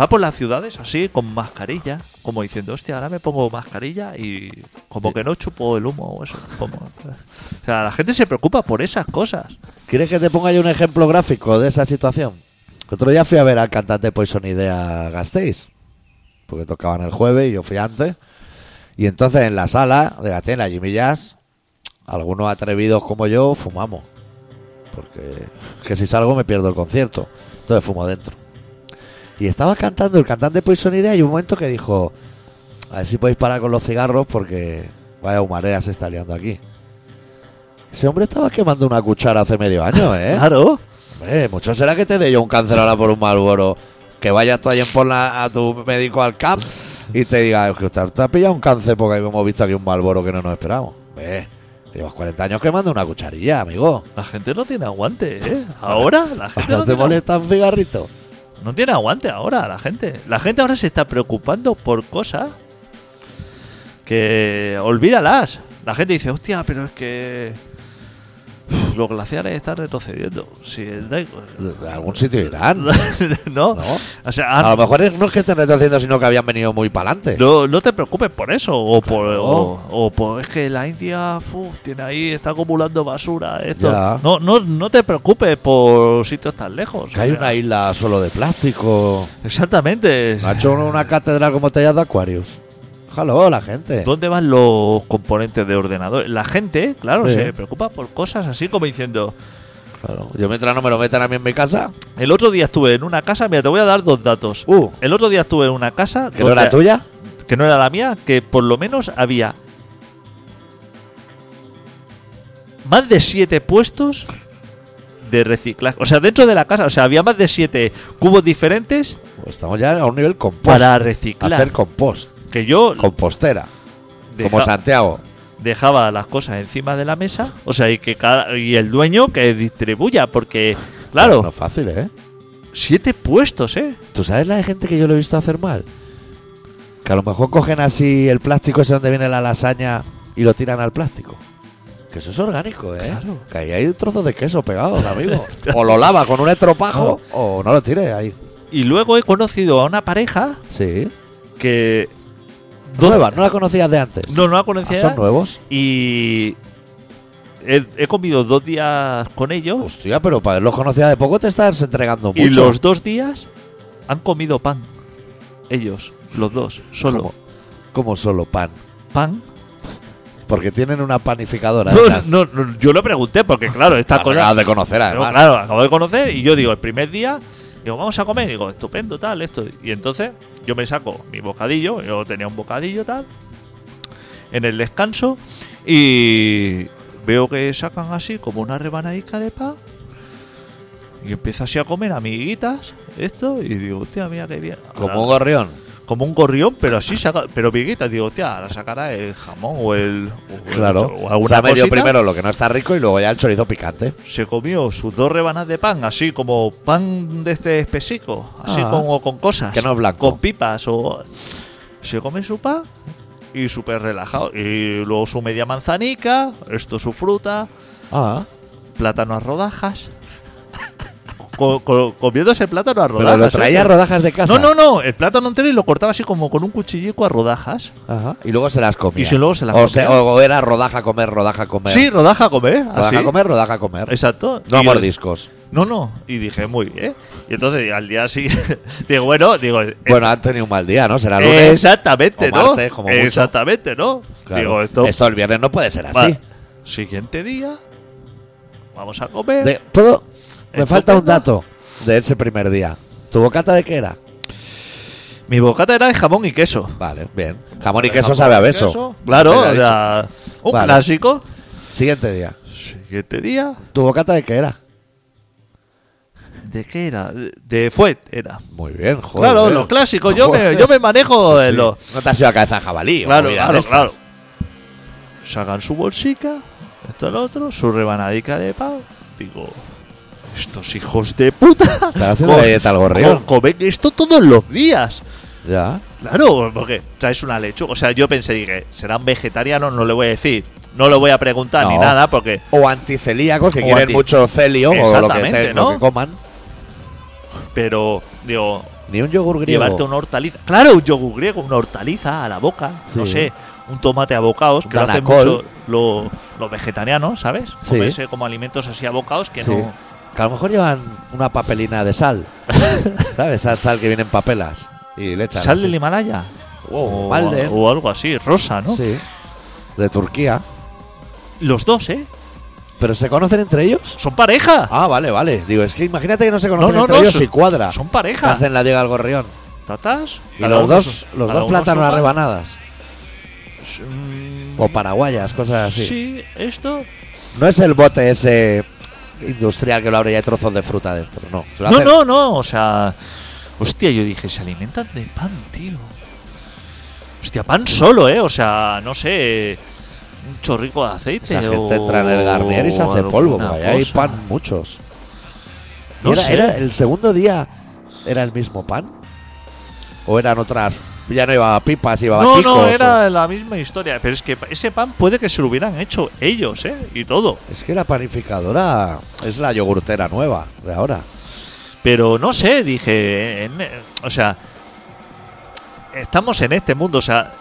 va por las ciudades así, con mascarilla, como diciendo, hostia, ahora me pongo mascarilla y como que no chupo el humo o eso. como- O sea, la gente se preocupa por esas cosas.
¿Quieres que te ponga yo un ejemplo gráfico de esa situación? Otro día fui a ver al cantante Poison Idea a Gasteiz, porque tocaban el jueves y yo fui antes. Y entonces en la sala de Gasteiz, en la Jimmy Jazz, algunos atrevidos como yo fumamos. Porque que si salgo me pierdo el concierto. Entonces fumo dentro. Y estaba cantando el cantante Poison Idea y un momento que dijo, a ver si podéis parar con los cigarros porque vaya humareda se está liando aquí. Ese hombre estaba quemando una cuchara hace medio año, ¿eh?
Claro.
Hombre, mucho será que te dé yo un cáncer ahora por un malboro. Que vayas tú allí en Portland a tu médico al CAP y te diga, "Es que usted te ha pillado un cáncer porque hemos visto aquí un malboro que no nos esperamos. Ve, llevas 40 años quemando una cucharilla, amigo.
La gente no tiene aguante, ¿eh? Ahora la gente
¿No te
tiene-
molesta un cigarrito?
No tiene aguante ahora la gente. La gente ahora se está preocupando por cosas que olvídalas. La gente dice, hostia, pero es que uf, los glaciares están retrocediendo. Si el da igual.
De algún sitio irán.
no.
No.
O sea,
A
ah,
lo mejor es- no es que estén retrocediendo, sino que habían venido muy para adelante.
no, no te preocupes por eso. O por, o, o por- es que la India fu, tiene ahí, está acumulando basura. Esto.
Ya.
No, no, no te preocupes por sitios tan lejos.
Que hay
O sea,
una isla solo de plástico.
Exactamente.
Ha hecho una catedral como te de Aquarius. Ojalá, la gente.
¿Dónde van los componentes de ordenador? La gente, claro,
Sí.
se preocupa por cosas así como diciendo.
Claro. Yo mientras no me lo metan a mí en mi casa,
El otro día estuve en una casa, mira, te voy a dar dos datos.
Uh.
El otro día estuve en una casa
que no era
donde-
tuya.
que no era la mía, que por lo menos había más de siete puestos de reciclaje. O sea, dentro de la casa, o sea, había más de siete cubos diferentes
Pues Estamos ya a un nivel compost.
para reciclar.
hacer compost.
que yo
Compostera.
deja-
Como Santiago.
dejaba las cosas encima de la mesa, o sea, y que cada- y el dueño que distribuya, porque claro,
No es fácil, ¿eh?
siete puestos, ¿eh?
¿Tú sabes la de gente que yo lo he visto hacer mal? Que a lo mejor cogen así el plástico ese donde viene la lasaña y lo tiran al plástico. Que eso es orgánico, ¿eh?
Claro.
Que ahí hay trozos de queso pegados, amigo. o lo lava con un estropajo o no lo tires ahí.
Y luego he conocido a una pareja
Sí.
que
Nueva, no la conocías de antes.
no no la
Ah,
conocía
son nuevos.
y he, he comido dos días con ellos
Hostia, pero para los conocías de poco te estás entregando mucho.
y los dos días han comido pan. Ellos, los dos, solo
Como, como solo pan.
pan.
Porque tienen una panificadora. de esas.
No, no, no, yo lo pregunté porque claro, esta cosa
Acabas de conocer,
Pero,
además.
claro, acabo de conocer y yo digo, el primer día, digo, vamos a comer, digo, estupendo, tal, esto. Y entonces yo me saco mi bocadillo, yo tenía un bocadillo, tal, en el descanso y veo que sacan así como una rebanadica de pan y empiezo así a comer amiguitas, esto, y digo, hostia, mira qué bien.
Como un gorrión.
Como un gorrión, pero así saca, pero amiguitas, digo, hostia, ahora sacará el jamón o el. o el-
Claro.
o
O
alguna
sea, medio
cosita
primero lo que no está rico y luego ya el chorizo picante.
se comió sus dos rebanas de pan, así como pan de este espesico, así
Ah.
como con cosas.
Que no es blanco.
Con pipas o. Se come su pan y súper relajado. Y luego su media manzanica, esto su fruta.
Ah.
plátano a rodajas. Co- co- comiéndose plátano a rodajas.
Pero lo
¿eh?
traía rodajas de casa.
No, no, no. El plátano entero y lo cortaba así como con un cuchillico a rodajas.
Ajá. Y luego se las comía.
Y si luego se las
o, se-
comía.
o era rodaja comer, rodaja comer.
Sí, rodaja a comer.
rodaja
Así.
comer, rodaja comer.
Exacto.
No
Y
a
yo-
mordiscos.
No, no. Y dije, muy bien. Y entonces al día siguiente, digo, bueno, digo, eh,
Bueno, han tenido un mal día, ¿no? Será lunes.
exactamente,
o
¿no?
martes, como mucho.
exactamente, ¿no?
Claro.
Digo, esto,
el viernes no puede ser
va-
así.
Siguiente día, vamos a comer.
De- ¿puedo? Me
Estupendo.
falta un dato de ese primer día. ¿Tu bocata de qué era?
Mi bocata era de jamón y queso.
Vale, bien. Jamón y queso
Jamón
sabe a
y
beso.
queso, Claro,
Te lo he
o
dicho.
sea, un
Vale.
clásico.
Siguiente día.
Siguiente día,
¿Tu bocata de qué era?
¿de qué era? De fuet era.
Muy bien, joder.
Claro, los clásicos. Yo me,
Joder.
yo me manejo
Pues Sí, sí.
en los.
No te has ido a cabeza de jabalí. o
Claro,
movida
claro,
de estas.
claro. Sacan su bolsica, esto lo otro, su rebanadica de pan. Digo, estos hijos de puta.
Están haciendo
co-
galleta al gorrión.
co- Comen esto todos los días.
Ya.
Claro, porque traes una lechuga. O sea, yo pensé, dije, serán vegetarianos, no le voy a decir. No lo voy a preguntar ni
No.
nada porque.
O anticelíacos que
O
quieren
anti-
mucho celio o lo que,
Exactamente,
te- lo
¿no?
que coman.
Pero, digo,
Ni un yogur griego.
llevarte una hortaliza. Claro, un yogur griego, una hortaliza a la boca, no
Sí.
sé, un tomate a bocados, que lo hacen
Danacol.
mucho lo- los vegetarianos, ¿sabes?
Sí.
Comerse como alimentos así a bocados que
Sí.
no.
Que a lo mejor llevan una papelina de sal. ¿Sabes? Esa sal que viene en papelas. Y le echan.
Sal
así.
del Himalaya.
Wow,
o,
Malden.
o algo así, rosa, ¿no?
Sí. De Turquía.
Los dos, ¿eh?
¿Pero se conocen entre ellos?
Son pareja.
Ah, vale, vale. Digo, es que imagínate que no se conocen
No, no,
entre
no,
ellos
son-
y cuadra.
Son pareja.
Hacen la llega al gorrión.
Tatas.
Y
cada
los
uno
dos,
su-
los
cada
dos
uno
plátanos
su-
arrebanadas.
Mm,
O paraguayas, cosas así.
Sí, esto.
No es el bote ese industrial que lo abre y hay trozos de fruta dentro, no. Se lo
No,
hacen-
no, no, o sea. Hostia, yo dije, se alimentan de pan, tío. Hostia, pan solo, ¿eh? O sea, no sé. Un chorrico de aceite.
Esa gente
o
entra en el garnier y se hace
alguna
polvo. porque Hay
cosa.
pan muchos. Y
No
era,
sé.
era el segundo día era el mismo pan? ¿O eran otras? Ya no iba a pipas, iba a
No,
baticos,
no,
o-
era la misma historia. Pero es que ese pan puede que se lo hubieran hecho ellos, ¿eh? Y todo.
Es que la panificadora es la yogurtera nueva de ahora.
Pero no sé, dije. en- en- o sea. Estamos en este mundo, o sea.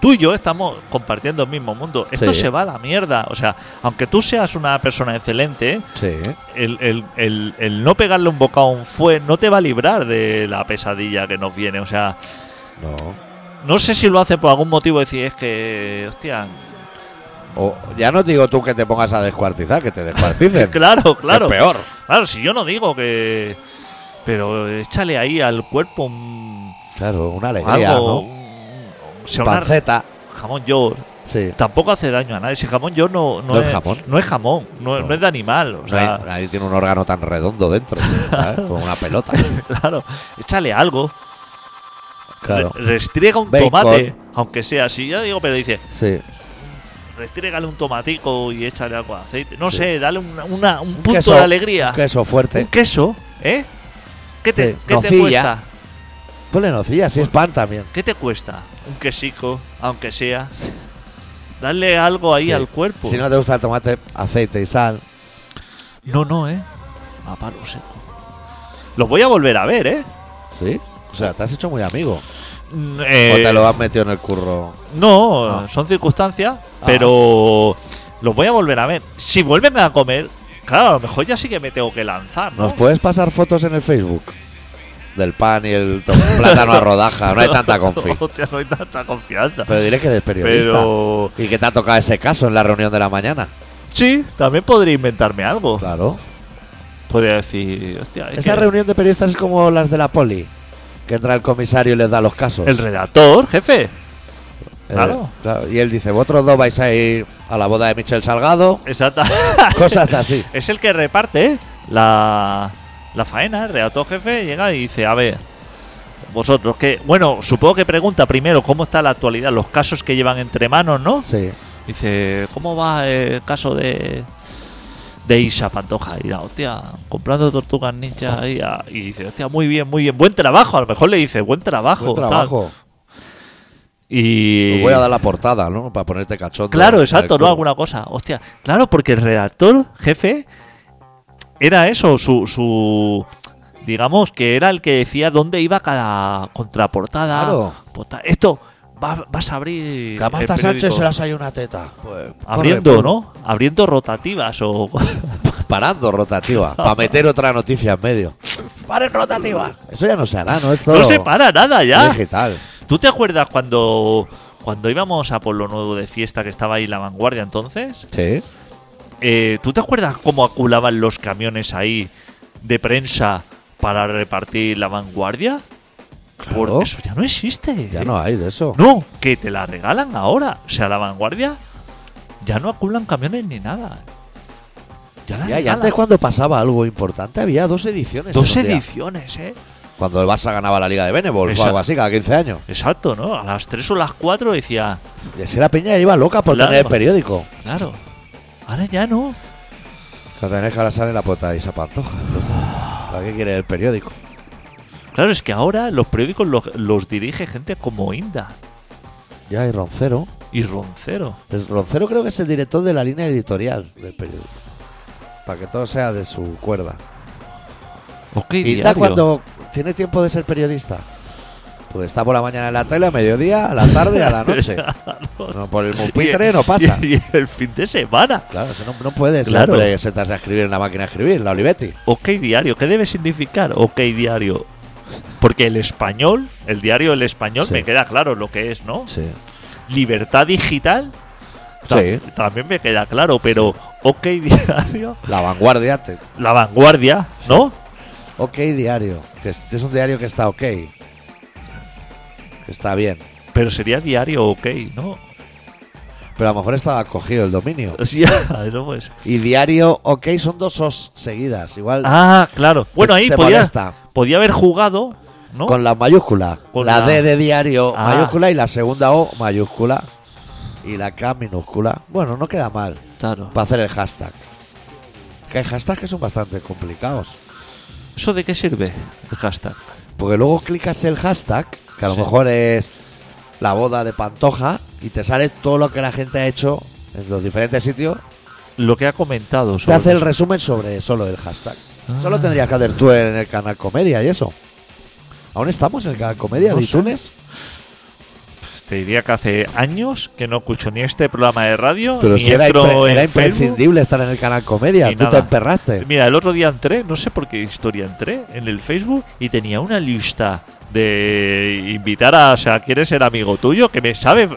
Tú y yo estamos compartiendo el mismo mundo. Esto
Sí.
se va a la mierda. O sea, aunque tú seas una persona excelente,
Sí.
el, el- el- el no pegarle un bocado a un fue no te va a librar de la pesadilla que nos viene. O sea,
No.
no sé si lo hace por algún motivo. Decir, es que, hostia,
O, ya no digo tú que te pongas a descuartizar, que te descuarticen.
claro, claro.
Es peor.
Claro, si yo no digo que. Pero échale ahí al cuerpo un.
Claro, una alegría,
algo.
¿no?
un- o sea, una-
Panceta.
jamón york.
Sí.
Tampoco hace daño a nadie. Si jamón york no, no,
No es jamón.
No es jamón, no,
No.
no es de animal. O sea,
Nadie- nadie tiene un órgano tan redondo dentro, ¿sabes? como una pelota.
claro, échale algo.
Claro.
Re- restriega un
Bacon.
tomate, aunque sea así. Yo digo, pero dice,
Sí.
restrégale un tomatico y échale algo de aceite. No sé, dale una, una- un punto
queso,
de alegría. Uh.
Un queso
Un
fuerte.
queso, ¿eh? ¿Qué te,
Sí,
qué te
nocilla.
cuesta?
Ponle nocilla, si es pan también.
¿Qué te cuesta? Un quesico, aunque sea. Darle algo ahí
Sí.
al cuerpo.
Si no te gusta el tomate, aceite y sal.
no, no, ¿eh? A palo seco. Los voy a volver a ver, ¿eh?
Sí. O sea, te has hecho muy amigo.
Mm,
o te
eh,
lo has metido en el curro.
No,
Ah.
son circunstancias, pero los voy a volver a ver. Si vuelven a comer, claro, a lo mejor ya sí que me tengo que lanzar, ¿no?
¿Nos puedes pasar fotos en el Facebook? Del pan y el to- plátano a rodaja. No hay tanta confi.
Hostia, no hay tanta confianza.
Pero diré que eres periodista.
Pero
Y que te ha tocado ese caso en la reunión de la mañana.
sí, también podría inventarme algo.
Claro.
Podría decir, hostia, es
Esa
que
reunión de periodistas es como las de la poli. Que entra el comisario y les da los casos.
el redactor, jefe.
Eh,
claro.
claro. Y él dice, vosotros dos vais a ir a la boda de Michel Salgado.
Exacta.
Cosas así.
es el que reparte ¿eh? la, la faena, el redactor jefe llega y dice, a ver, vosotros que, bueno, supongo que pregunta primero cómo está la actualidad, los casos que llevan entre manos, ¿no?
Sí.
Dice, ¿cómo va el caso de de Isa Pantoja? Y la hostia, comprando tortugas ninja ahí a- y dice, hostia, muy bien, muy bien, buen trabajo. A lo mejor le dice, buen trabajo.
Buen
tal.
trabajo.
Y
Os voy a dar la portada, ¿no? Para ponerte cachondo.
Claro,
en el
exacto, ¿no?
culo.
Alguna cosa. Hostia, claro, porque el redactor, jefe, era eso, su, su. Digamos que era el que decía dónde iba cada contraportada.
Claro.
Pota- Esto, va- vas a abrir.
Que a Marta
el periódico.
Sánchez se le ha salido una teta. Pues,
Abriendo,
corre,
¿no? Abriendo rotativas o.
Parando rotativa. para meter otra noticia en medio. Paren rotativa. Eso ya no se hará, ¿no? Esto
no se para nada ya.
Digital.
¿Tú te acuerdas cuando. Cuando íbamos a Pueblo Nuevo de fiesta, que estaba ahí la vanguardia entonces,
Sí.
Eh, ¿Tú te acuerdas cómo aculaban los camiones ahí de prensa para repartir la vanguardia?
Claro.
Por- eso ya no existe.
Ya no hay de eso.
No, que te la regalan ahora. O sea, la vanguardia ya no aculan camiones ni nada. Ya la
Ya, y
regalan.
antes cuando pasaba algo importante había dos ediciones.
Dos
en un día.
ediciones, ¿eh?
Cuando el Barça ganaba la Liga de Benevol o
Exacto.
algo así, cada 15 años.
Exacto, ¿no? A las 3 o las 4 decía,
Y así la peña iba loca por
Claro.
tener el periódico.
claro, ahora ya no.
Que tenés que ahora sale la pota y se pantoja. Entonces, ¿para qué quiere el periódico?
Claro, es que ahora los periódicos los, los dirige gente como Inda
Ya hay Roncero.
y Roncero.
Es- Roncero creo que es el director de la línea editorial del periódico. Para que todo sea de su cuerda.
Ok,
Y da
diario.
cuando tiene tiempo de ser periodista. Pues está por la mañana en la tele, a mediodía, a la tarde, a la noche. No, por el pupitre no pasa.
Y, y el fin de semana.
Claro, eso no, no puede
Claro.
siempre sentarse a escribir en la máquina a escribir, la Olivetti.
Ok diario, ¿qué debe significar ok diario? Porque el español, el diario El Español,
Sí.
me queda claro lo que es, ¿no?
Sí.
Libertad digital, ta-
Sí.
también me queda claro, pero ok diario,
La vanguardia. te-
la vanguardia, ¿no?
ok diario. Que es, es un diario que está ok. Que está bien.
Pero sería diario ok, ¿no?
Pero a lo mejor estaba cogido el dominio.
O sea, eso pues.
Y diario ok son dos os seguidas. Igual
Ah, claro. Bueno, ahí
te
podía,
molesta.
podía haber jugado, ¿no?
con la mayúscula.
Con
la,
la-
D de diario
Ah.
mayúscula y la segunda O mayúscula. Y la K minúscula. Bueno, no queda mal
Claro.
para hacer el hashtag. Que hay hashtags que son bastante complicados.
¿Eso de qué sirve el hashtag?
Porque luego clicas el hashtag, que a lo
Sí.
mejor es la boda de Pantoja, y te sale todo lo que la gente ha hecho en los diferentes sitios.
Lo que ha comentado.
Te
sobre
hace el
eso.
resumen sobre solo el hashtag.
Ah.
Solo tendrías que hacer tú en el canal Comedia y eso. ¿Aún estamos en el canal Comedia
No
de
sé.
iTunes?
Te diría que hace años que no escucho ni este programa de radio.
Pero
ni
si era,
entro
impre-
en
era
Facebook,
imprescindible estar en el canal Comedia.
ni
Tú te
nada.
emperraste.
Mira, el otro día entré, no sé por qué historia entré, en el Facebook y tenía una lista de invitar a. O sea, ¿quieres ser amigo tuyo? Que me sabe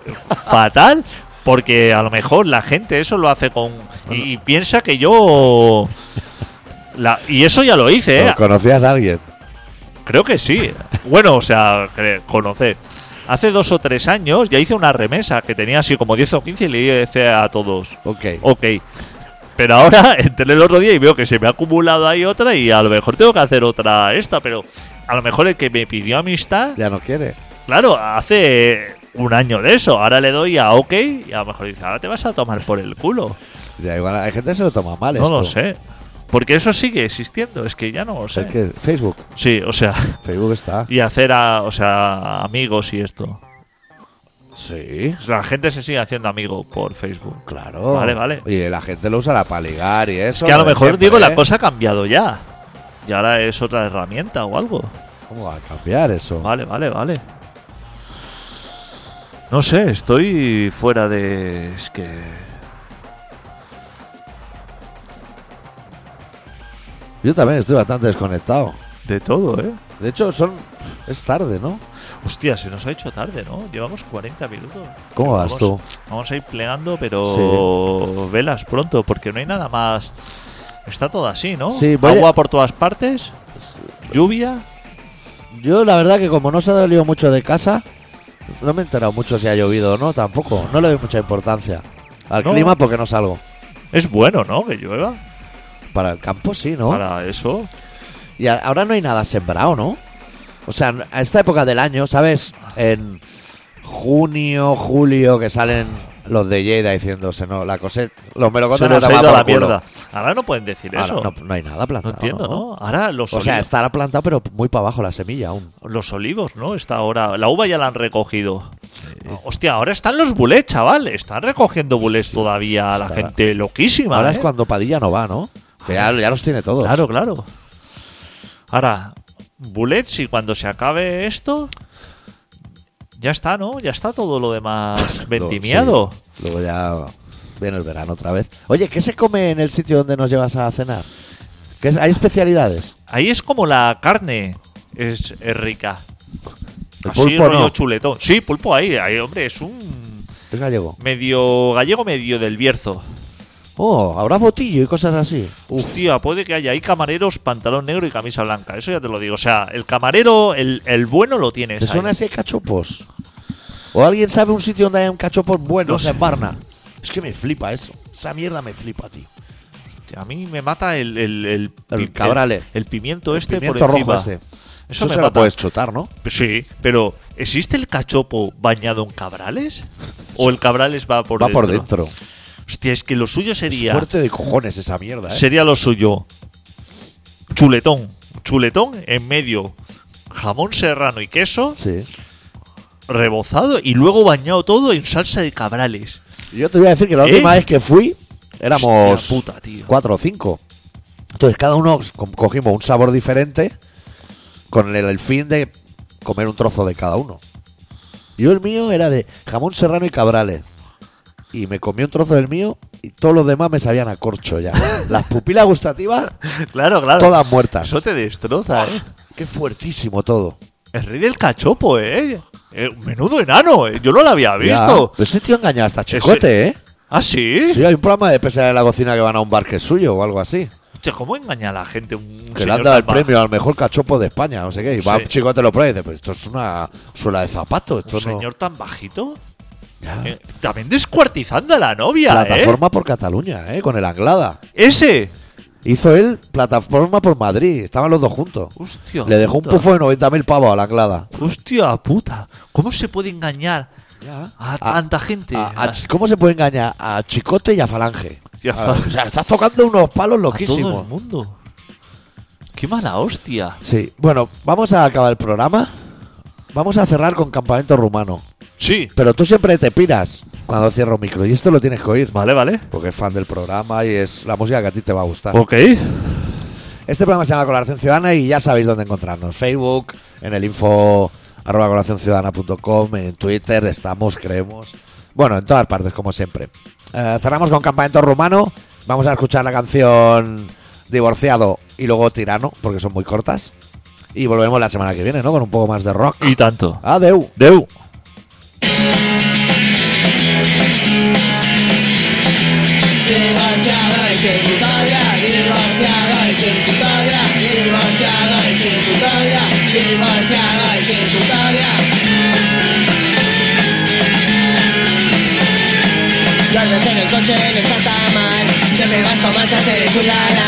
fatal. Porque a lo mejor la gente eso lo hace con. Y, y piensa que yo. la- y eso ya lo hice, ¿eh?
Pero ¿Conocías a alguien?
Creo que sí. Bueno, o sea, cre- conocer. Hace dos o tres años ya hice una remesa que tenía así como 10 o 15 y le hice a todos.
Ok.
Ok. Pero ahora entré el otro día y veo que se me ha acumulado ahí otra y a lo mejor tengo que hacer otra esta, pero a lo mejor el que me pidió amistad,
Ya no quiere.
claro, hace un año de eso. Ahora le doy a ok y a lo mejor dice, ahora te vas a tomar por el culo.
Ya, igual hay gente que se lo toma mal
No
esto.
lo sé. Porque eso sigue existiendo, es que ya no lo
Es
sé.
que Facebook.
Sí, o sea,
Facebook está.
y hacer a, o sea, amigos y esto.
Sí.
Pues La gente se sigue haciendo amigo por Facebook.
Claro.
Vale, vale.
Y la gente lo usa para ligar y eso.
que a lo
de
mejor
siempre,
digo,
¿eh?
la cosa ha cambiado ya. Y ahora es otra herramienta o algo.
¿Cómo va a cambiar eso?
Vale, vale, vale. No sé, estoy fuera de... Es que...
Yo también estoy bastante desconectado.
De todo, ¿eh?
De hecho, son. Es tarde, ¿no?
Hostia, se nos ha hecho tarde, ¿no? Llevamos 40 minutos.
¿Cómo vas
Vamos-
tú?
Vamos a ir plegando, pero velas pronto, porque no hay nada más. Está todo así, ¿no?
Sí, voy a-
Agua por todas partes, lluvia.
Yo, la verdad, que como no se ha salido mucho de casa, no me he enterado mucho si ha llovido o no, tampoco. No le doy mucha importancia al
No.
clima porque no salgo.
Es bueno, ¿no? Que llueva.
Para el campo sí, ¿no?
Para eso.
Y a- ahora no hay nada sembrado, ¿no? O sea, a esta época del año, ¿sabes? En junio, julio, que salen los de Lleida diciéndose, no, la coseta, los
Se
melocotones
nos
a
ha
tomar
ido a la
por culo.
mierda. Ahora no pueden decir
Ahora,
eso.
no,
No,
no hay nada plantado.
entiendo, ¿no? Ahora los,
O sea,
olivos,
estará plantado, pero muy para abajo la semilla aún.
los olivos, ¿no? Está ahora. La uva ya la han recogido. Hostia, ahora están los bulés, chaval. Están recogiendo bulés todavía la
Está-
gente loquísima.
Ahora es
¿eh?
cuando Padilla no va, ¿no? Que ya, ya los tiene todos.
Claro, claro. Ahora, Bullets, y cuando se acabe esto, ya está, ¿no? Ya está todo lo demás
Luego-
vendimiado.
sí. Luego ya viene el verano otra vez. Oye, ¿qué se come en el sitio donde nos llevas a cenar? ¿Qué es- ¿Hay especialidades?
Ahí es como la carne es, es rica.
El
Así
pulpo
rollo
no.
chuletón. Sí, pulpo ahí, ahí, hombre, es un
Es gallego.
medio gallego, medio del Bierzo.
Oh, habrá botillo y cosas así. Uf,
Hostia, puede que haya ahí camareros, pantalón negro y camisa blanca. Eso ya te lo digo. O sea, el camarero, el, el bueno lo tienes.
¿Te
ahí.
suena si hay cachopos? ¿O alguien sabe un sitio donde hay un cachopos buenos
No sé.
en Barna? Es que me flipa eso. Esa mierda me flipa, tío.
A mí me mata el. El, el,
El
pi-
cabrale.
El, el pimiento este
Pimiento
por
rojo
encima.
ese. Eso,
Eso, me
se lo
mata.
puedes chutar, ¿no?
Sí, pero ¿existe el cachopo bañado en cabrales? ¿O el cabrales va por
Va
dentro?
por dentro.
Hostia, es que lo suyo
Es
sería.
fuerte de cojones esa mierda, ¿eh?
Sería lo suyo. Chuletón. Chuletón en medio. Jamón serrano y queso
Sí.
rebozado y luego bañado todo en salsa de cabrales.
Yo te voy a decir que la
¿Eh?
última vez que fui éramos
Hostia puta, tío.
cuatro o cinco. Entonces cada uno co- cogimos un sabor diferente con el, el fin de comer un trozo de cada uno. Yo el mío era de jamón serrano y cabrales. Y me comí un trozo del mío y todos los demás me sabían a corcho ya. Las pupilas gustativas,
Claro, claro.
todas muertas.
Eso te destroza, ¿eh?
Qué fuertísimo todo.
El rey del cachopo, ¿eh? Eh, menudo enano, ¿eh? Yo no lo había visto.
Ya, ese tío engañaba hasta chicote, ¿eh?
¿Ah, sí?
Sí, hay un programa de pesar de la cocina que van a un bar que es suyo o algo así.
Hostia, ¿cómo engaña a la gente un
Que le
señor
han dado el
tan
premio al mejor cachopo de España, no sé qué. Y va
Sí.
un chico te lo prueba y dice, pero esto es una suela de zapato,
bajo-
esto
Un
no.
señor tan bajito?
Ya.
Eh, también descuartizando a la novia,
plataforma por Cataluña, eh, con el Anglada.
¿eh? Ese.
Hizo él plataforma por Madrid, estaban los dos juntos.
Hostia.
Le dejó un
puta.
pufo de 90.000 pavos al Anglada.
Hostia puta. ¿Cómo se puede engañar a Ah, tanta gente?
a- a Chi- ¿Cómo se puede engañar a Chicote y a Falange?
Y a
Ah,
Falange.
o sea, estás tocando unos palos
A todo el
loquísimos.
mundo. Qué mala hostia.
Sí, bueno, vamos a acabar el programa. Vamos a cerrar con Campamento Rumano.
Sí.
Pero tú siempre te piras cuando cierro micro y esto lo tienes que oír.
Vale, vale.
Porque es fan del programa y es la música que a ti te va a gustar.
Ok.
Este programa se llama Colaboración Ciudadana y ya sabéis dónde encontrarnos. Facebook, en el info arroba colaboracionciudadana.com, en Twitter estamos, creemos. Bueno, en todas partes, como siempre. Eh, cerramos con Campamento Rumano. Vamos a escuchar la canción Divorciado y luego Tirano, porque son muy cortas. Y volvemos la semana que viene, ¿no? Con un poco más de rock.
Y tanto.
Adeu.
Deu.
Divorciada y sin custodia, divorciada y sin custodia, divorciada y sin custodia, divorciada y sin custodia. Duermes en el coche, no estás tan mal, siempre vas con manchas, eres un lala.